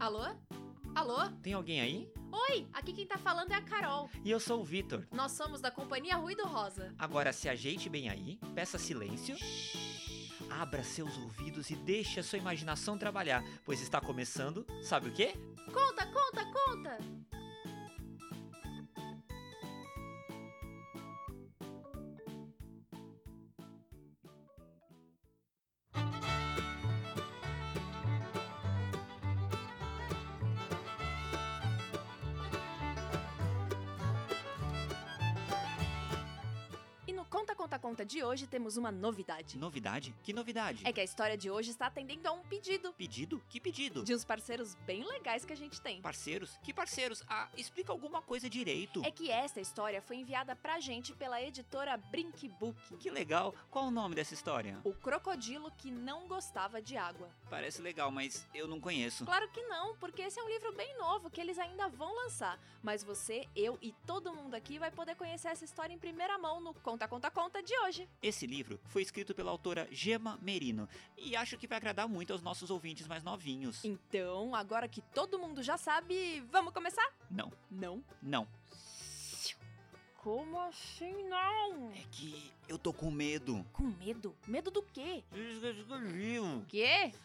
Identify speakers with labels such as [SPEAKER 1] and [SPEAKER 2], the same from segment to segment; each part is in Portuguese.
[SPEAKER 1] Alô? Alô?
[SPEAKER 2] Tem alguém aí?
[SPEAKER 1] Oi, aqui quem tá falando é a Carol.
[SPEAKER 2] E eu sou o Vitor.
[SPEAKER 1] Nós somos da Companhia Ruído Rosa.
[SPEAKER 2] Agora se ajeite bem aí, peça silêncio. Abra seus ouvidos e deixe a sua imaginação trabalhar, pois está começando, sabe o quê?
[SPEAKER 1] Conta, conta, conta! E no Conta, conta, conta de hoje temos uma novidade.
[SPEAKER 2] Novidade? Que novidade?
[SPEAKER 1] É que a história de hoje está atendendo a um pedido
[SPEAKER 2] Pedido? Que pedido?
[SPEAKER 1] de uns parceiros bem legais que a gente tem.
[SPEAKER 2] Parceiros? Que parceiros? Ah, explica alguma coisa direito.
[SPEAKER 1] É que esta história foi enviada pra gente pela editora Brink Book.
[SPEAKER 2] Que legal. Qual o nome dessa história?
[SPEAKER 1] O crocodilo que não gostava de água.
[SPEAKER 2] Parece legal, mas eu não conheço.
[SPEAKER 1] Claro que não, porque esse é um livro bem novo que eles ainda vão lançar. Mas você, eu e todo mundo aqui vai poder conhecer essa história em primeira mão no Conta Conta Conta de hoje.
[SPEAKER 2] Esse livro foi escrito pela autora Gema Merino e acho que vai agradar muito aos nossos ouvintes mais novinhos.
[SPEAKER 1] Então, agora que todo mundo já sabe, vamos começar?
[SPEAKER 2] Não,
[SPEAKER 1] Não.
[SPEAKER 2] não.
[SPEAKER 1] Como assim não?
[SPEAKER 2] É que eu tô com medo.
[SPEAKER 1] Com medo? Medo do quê?
[SPEAKER 2] é Crocodilo. é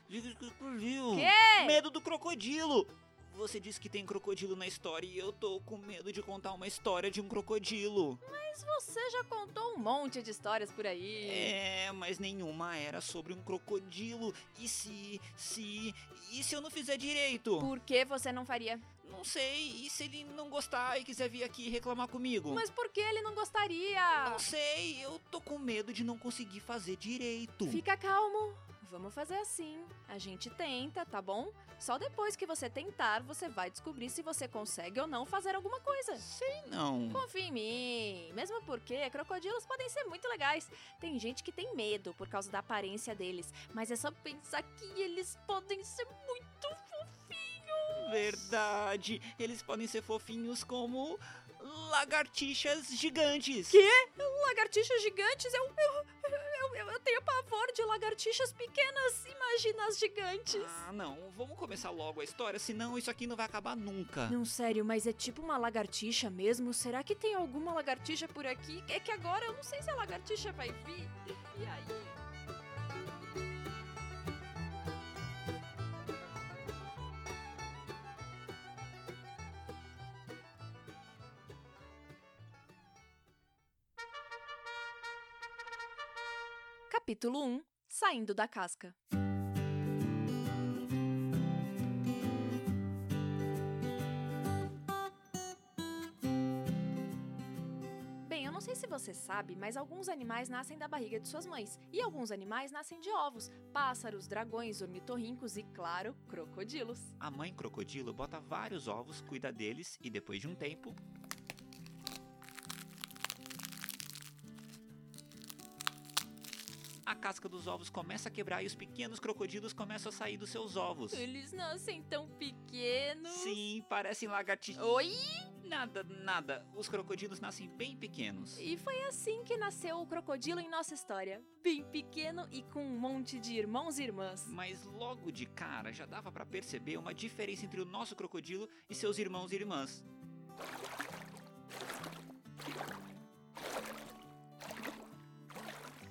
[SPEAKER 1] Quê?
[SPEAKER 2] Crocodilo.
[SPEAKER 1] Quê?
[SPEAKER 2] Medo do crocodilo. Você disse que tem crocodilo na história e eu tô com medo de contar uma história de um crocodilo.
[SPEAKER 1] Mas você já contou um monte de histórias por aí.
[SPEAKER 2] É, mas nenhuma era sobre um crocodilo. E se, se, e se eu não fizer direito?
[SPEAKER 1] Por que você não faria?
[SPEAKER 2] Não sei. E se ele não gostar e quiser vir aqui reclamar comigo?
[SPEAKER 1] Mas por que ele não gostaria?
[SPEAKER 2] Não sei, eu tô com medo de não conseguir fazer direito.
[SPEAKER 1] Fica calmo. Vamos fazer assim. A gente tenta, tá bom? Só depois que você tentar, você vai descobrir se você consegue ou não fazer alguma coisa.
[SPEAKER 2] Sei não.
[SPEAKER 1] Confia em mim. Mesmo porque crocodilos podem ser muito legais. Tem gente que tem medo por causa da aparência deles, mas é só pensar que eles podem ser muito fofinhos.
[SPEAKER 2] Verdade, eles podem ser fofinhos como lagartixas gigantes.
[SPEAKER 1] Que? Lagartixas gigantes? Eu, eu, eu, eu, eu tenho pavor de lagartixas pequenas. Imagina as gigantes.
[SPEAKER 2] Ah, não, vamos começar logo a história, senão isso aqui não vai acabar nunca.
[SPEAKER 1] Não, sério, mas é tipo uma lagartixa mesmo? Será que tem alguma lagartixa por aqui? É que agora eu não sei se a lagartixa vai vir. E aí? Capítulo 1 Saindo da casca. Bem, eu não sei se você sabe, mas alguns animais nascem da barriga de suas mães. E alguns animais nascem de ovos: pássaros, dragões, ornitorrincos e, claro, crocodilos.
[SPEAKER 2] A mãe crocodilo bota vários ovos, cuida deles e depois de um tempo. A casca dos ovos começa a quebrar e os pequenos crocodilos começam a sair dos seus ovos.
[SPEAKER 1] Eles nascem tão pequenos.
[SPEAKER 2] Sim, parecem lagartixas.
[SPEAKER 1] Oi!
[SPEAKER 2] Nada, nada. Os crocodilos nascem bem pequenos.
[SPEAKER 1] E foi assim que nasceu o crocodilo em nossa história. Bem pequeno e com um monte de irmãos e irmãs.
[SPEAKER 2] Mas logo de cara já dava pra perceber uma diferença entre o nosso crocodilo e seus irmãos e irmãs.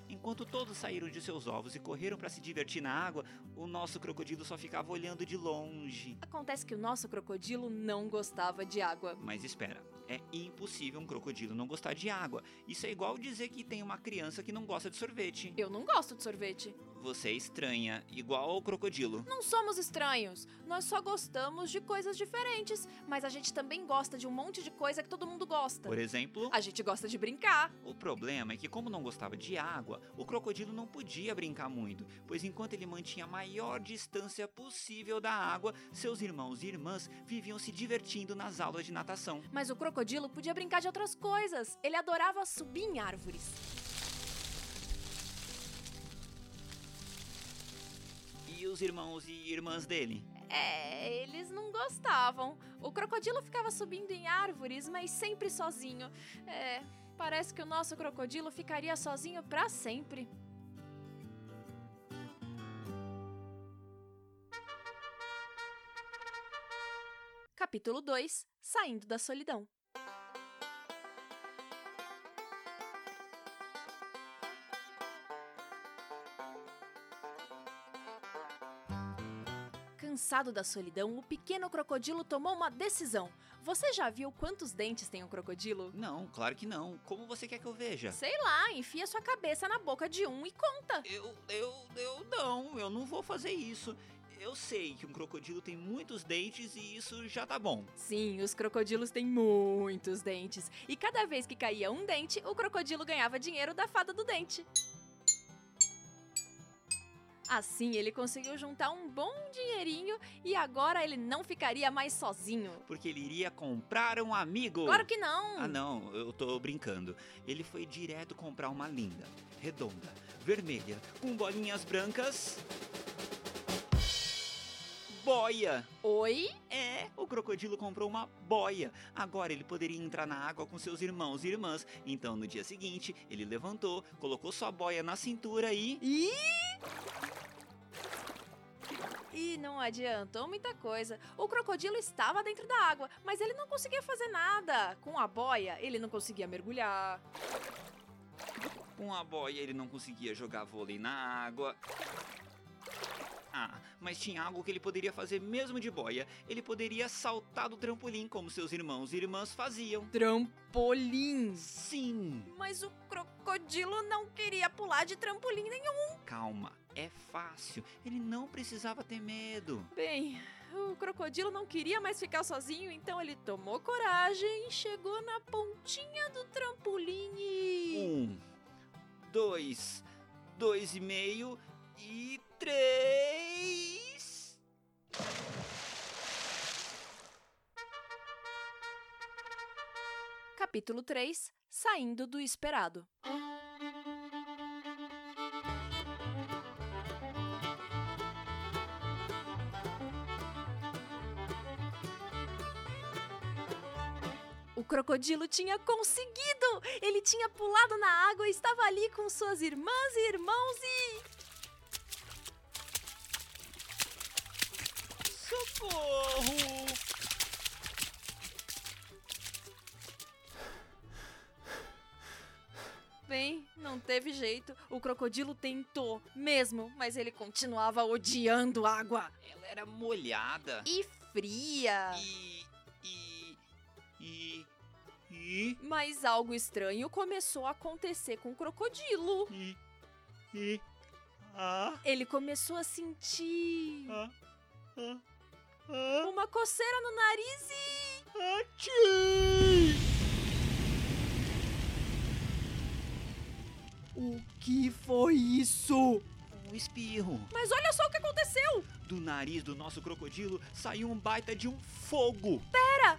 [SPEAKER 2] Enquanto todos saíram de seus ovos e correram pra se divertir na água, o nosso crocodilo só ficava olhando de longe.
[SPEAKER 1] Acontece que o nosso crocodilo não gostava de água.
[SPEAKER 2] Mas espera, é impossível um crocodilo não gostar de água. Isso é igual dizer que tem uma criança que não gosta de sorvete.
[SPEAKER 1] Eu não gosto de sorvete.
[SPEAKER 2] Você é estranha, igual ao crocodilo.
[SPEAKER 1] Não somos estranhos. Nós só gostamos de coisas diferentes. Mas a gente também gosta de um monte de coisa que todo mundo gosta.
[SPEAKER 2] Por exemplo,
[SPEAKER 1] A gente gosta de brincar.
[SPEAKER 2] O problema é que, como não gostava de água, o crocodilo não podia brincar muito, pois enquanto ele mantinha a maior distância possível da água, seus irmãos e irmãs viviam se divertindo nas aulas de natação.
[SPEAKER 1] Mas o crocodilo podia brincar de outras coisas. Ele adorava subir em árvores.
[SPEAKER 2] E os irmãos e irmãs dele?
[SPEAKER 1] É, eles não gostavam. O crocodilo ficava subindo em árvores, mas sempre sozinho. É, parece que o nosso crocodilo ficaria sozinho pra sempre. Capítulo 2 Saindo da Solidão. Cansado da solidão, o pequeno crocodilo tomou uma decisão. Você já viu quantos dentes tem um crocodilo?
[SPEAKER 2] Não, claro que não. Como você quer que eu veja?
[SPEAKER 1] Sei lá, enfia sua cabeça na boca de um e conta.
[SPEAKER 2] Eu, eu, eu não, eu não vou fazer isso. Eu sei que um crocodilo tem muitos dentes e isso já tá bom.
[SPEAKER 1] Sim, os crocodilos têm muitos dentes. E cada vez que caía um dente, o crocodilo ganhava dinheiro da fada do dente. Assim, ele conseguiu juntar um bom dinheirinho e agora ele não ficaria mais sozinho.
[SPEAKER 2] Porque ele iria comprar um amigo.
[SPEAKER 1] Claro que não!
[SPEAKER 2] Ah, não, eu tô brincando. Ele foi direto comprar uma linda, redonda, vermelha, com bolinhas brancas. Boia!
[SPEAKER 1] Oi?
[SPEAKER 2] É, o crocodilo comprou uma boia. Agora ele poderia entrar na água com seus irmãos e irmãs. Então, no dia seguinte, ele levantou, colocou sua boia na cintura e.
[SPEAKER 1] E. E não adiantou muita coisa. O crocodilo estava dentro da água, mas ele não conseguia fazer nada. Com a boia, ele não conseguia mergulhar.
[SPEAKER 2] Com a boia, ele não conseguia jogar vôlei na água. Ah, mas tinha algo que ele poderia fazer mesmo de boia. Ele poderia saltar do trampolim, como seus irmãos e irmãs faziam.
[SPEAKER 1] Trampolins!
[SPEAKER 2] Sim!
[SPEAKER 1] Mas o crocodilo não queria pular de trampolim nenhum.
[SPEAKER 2] Calma, é fácil. Ele não precisava ter medo.
[SPEAKER 1] Bem, o crocodilo não queria mais ficar sozinho, então ele tomou coragem, chegou na pontinha do trampolim e.
[SPEAKER 2] Um, dois, dois e meio e três.
[SPEAKER 1] Capítulo 3 Saindo do Esperado. O crocodilo tinha conseguido! Ele tinha pulado na água e estava ali com suas irmãs e irmãos e.
[SPEAKER 2] Socorro!
[SPEAKER 1] Bem, não teve jeito. O crocodilo tentou mesmo, mas ele continuava odiando água.
[SPEAKER 2] Ela era molhada.
[SPEAKER 1] E fria.
[SPEAKER 2] E. E. E. E.
[SPEAKER 1] Mas algo estranho começou a acontecer com o crocodilo.
[SPEAKER 2] E. E. Ah.
[SPEAKER 1] Ele começou a sentir
[SPEAKER 2] Ah. Ah. Ah.
[SPEAKER 1] uma coceira no nariz e.
[SPEAKER 2] Ati!
[SPEAKER 1] O que foi isso?
[SPEAKER 2] Um espirro.
[SPEAKER 1] Mas olha só o que aconteceu!
[SPEAKER 2] Do nariz do nosso crocodilo saiu um baita de um fogo.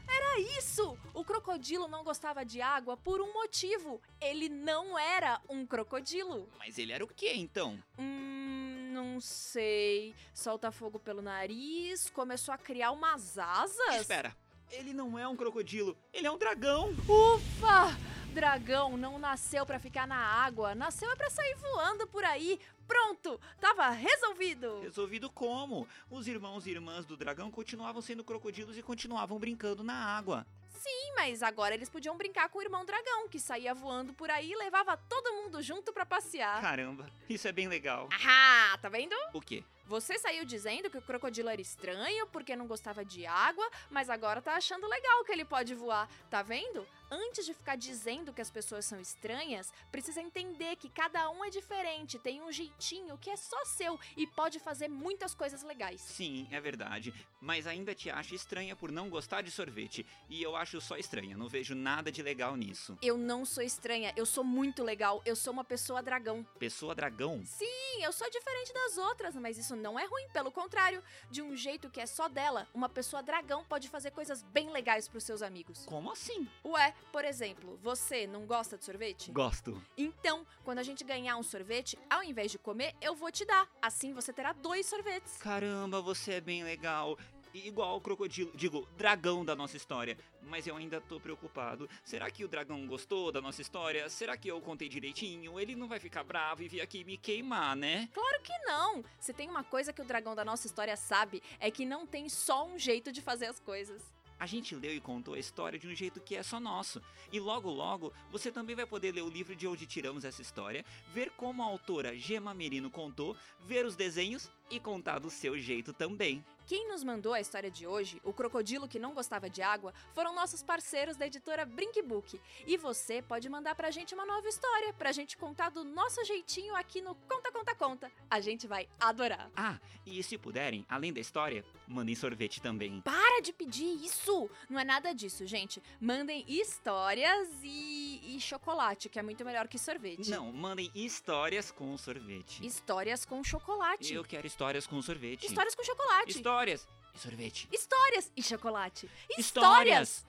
[SPEAKER 1] Era isso! O crocodilo não gostava de água por um motivo. Ele não era um crocodilo.
[SPEAKER 2] Mas ele era o que então?
[SPEAKER 1] Hum, não sei. Solta fogo pelo nariz, começou a criar umas asas.
[SPEAKER 2] Espera, ele não é um crocodilo, ele é um dragão.
[SPEAKER 1] Ufa! Dragão não nasceu pra ficar na água, nasceu é pra sair voando por aí. Pronto, tava resolvido.
[SPEAKER 2] Resolvido como? Os irmãos e irmãs do dragão continuavam sendo crocodilos e continuavam brincando na água.
[SPEAKER 1] Sim, mas agora eles podiam brincar com o irmão dragão, que saía voando por aí e levava todo mundo junto pra passear.
[SPEAKER 2] Caramba, isso é bem legal.
[SPEAKER 1] Ah, tá vendo?
[SPEAKER 2] O quê?
[SPEAKER 1] Você saiu dizendo que o crocodilo era estranho porque não gostava de água, mas agora tá achando legal que ele pode voar. Tá vendo? Antes de ficar dizendo que as pessoas são estranhas, precisa entender que cada um é diferente, tem um jeitinho que é só seu e pode fazer muitas coisas legais.
[SPEAKER 2] Sim, é verdade, mas ainda te acho estranha por não gostar de sorvete. E eu acho só estranha, não vejo nada de legal nisso.
[SPEAKER 1] Eu não sou estranha, eu sou muito legal, eu sou uma pessoa dragão.
[SPEAKER 2] Pessoa dragão?
[SPEAKER 1] Sim, eu sou diferente das outras, mas isso não é ruim, pelo contrário, de um jeito que é só dela, uma pessoa dragão pode fazer coisas bem legais pros seus amigos.
[SPEAKER 2] Como assim?
[SPEAKER 1] Ué, por exemplo, você não gosta de sorvete?
[SPEAKER 2] Gosto.
[SPEAKER 1] Então, quando a gente ganhar um sorvete, ao invés de comer, eu vou te dar. Assim você terá dois sorvetes.
[SPEAKER 2] Caramba, você é bem legal. I- Igual o crocodilo, digo, dragão da nossa história. Mas eu ainda tô preocupado. Será que o dragão gostou da nossa história? Será que eu contei direitinho? Ele não vai ficar bravo e vir aqui me queimar, né?
[SPEAKER 1] Claro que não! Se tem uma coisa que o dragão da nossa história sabe, é que não tem só um jeito de fazer as coisas.
[SPEAKER 2] A gente leu e contou a história de um jeito que é só nosso. E logo logo você também vai poder ler o livro de onde tiramos essa história, ver como a autora Gema Merino contou, ver os desenhos e contar do seu jeito também.
[SPEAKER 1] Quem nos mandou a história de hoje, o crocodilo que não gostava de água, foram nossos parceiros da editora Brink Book. E você pode mandar pra gente uma nova história, pra gente contar do nosso jeitinho aqui no Conta Conta Conta. A gente vai adorar.
[SPEAKER 2] Ah, e se puderem, além da história, mandem sorvete também.
[SPEAKER 1] Para de pedir isso! Não é nada disso, gente. Mandem histórias e, e chocolate, que é muito melhor que sorvete.
[SPEAKER 2] Não, mandem histórias com sorvete.
[SPEAKER 1] Histórias com chocolate.
[SPEAKER 2] Eu quero histórias com sorvete.
[SPEAKER 1] Histórias com chocolate.
[SPEAKER 2] Histórias e sorvete.
[SPEAKER 1] Histórias e chocolate.
[SPEAKER 2] Histórias!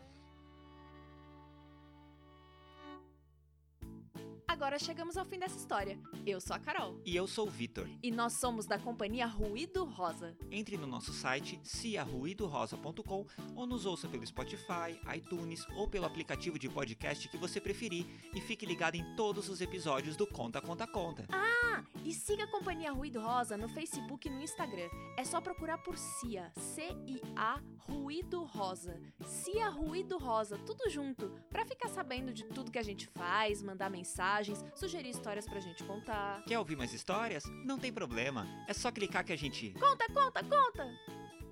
[SPEAKER 1] Agora chegamos ao fim dessa história. Eu sou a Carol.
[SPEAKER 2] E eu sou o Vitor.
[SPEAKER 1] E nós somos da companhia Ruído Rosa.
[SPEAKER 2] Entre no nosso site ciarruidorosa.com ou nos ouça pelo Spotify, iTunes ou pelo aplicativo de podcast que você preferir e fique ligado em todos os episódios do Conta Conta Conta.
[SPEAKER 1] Ah, e siga a companhia Ruído Rosa no Facebook e no Instagram. É só procurar por Cia, C-I-A Ruído Rosa. Cia Ruído Rosa, tudo junto, pra ficar sabendo de tudo que a gente faz, mandar mensagens, sugerir histórias pra gente contar.
[SPEAKER 2] Quer ouvir mais histórias? Não tem problema. É só clicar que a gente
[SPEAKER 1] Conta, conta, conta!